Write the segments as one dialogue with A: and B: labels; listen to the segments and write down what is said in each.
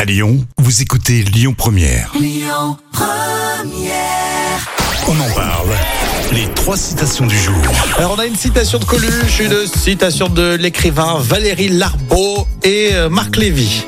A: À Lyon, vous écoutez Lyon Première. On en parle. Les trois citations du jour.
B: Alors on a une citation de Coluche, une citation de l'écrivain Valérie Larbeau et euh, Marc Lévy.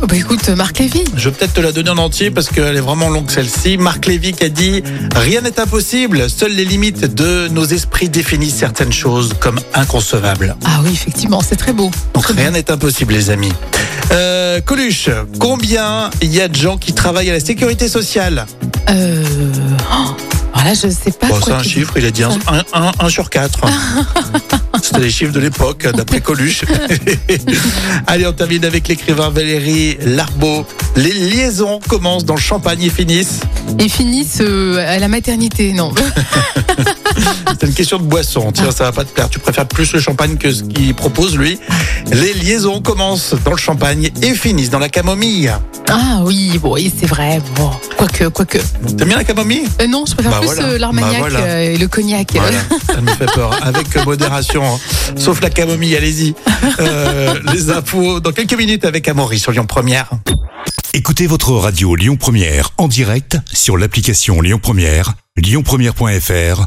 C: Oh, Bah écoute, Marc Lévy.
B: Je vais peut-être te la donner en entier parce qu'elle est vraiment longue celle-ci. Marc Lévy qui a dit Rien n'est impossible, seules les limites de nos esprits définissent certaines choses comme inconcevables.
C: Ah oui, effectivement, c'est très beau.
B: Donc
C: Très
B: rien n'est impossible les amis. Euh, Coluche, combien il y a de gens qui travaillent à la sécurité sociale
C: beau. Euh... oh, alors là, Ah, je sais pas.
B: Bon,
C: quoi
B: c'est un
C: qu'il-
B: chiffre, il a dit 1 sur 4. C'était les chiffres de l'époque, d'après Coluche. Allez, on termine avec l'écrivain Valérie Larbeau. Les liaisons commencent dans le champagne et finissent.
C: Et finissent euh, à la maternité, non
B: C'est une question de boisson. Tiens, ça va pas te plaire. Tu préfères plus le champagne que ce qu'il propose, lui. Les liaisons commencent dans le champagne et finissent dans la camomille.
C: Ah oui, bon, oui, c'est vrai. Bon, quoique, quoique.
B: T'aimes bien la camomille
C: Euh, non, je préfère
B: Bah
C: plus
B: voilà.
C: euh, l'armagnac
B: Bah voilà.
C: euh, et le cognac.
B: Voilà, ça me fait peur. Avec modération, hein. sauf la camomille, allez-y. Euh, les infos dans quelques minutes avec Amaury sur Lyon Première.
A: Écoutez votre radio Lyon Première en direct sur l'application Lyon Première, lyonpremière.fr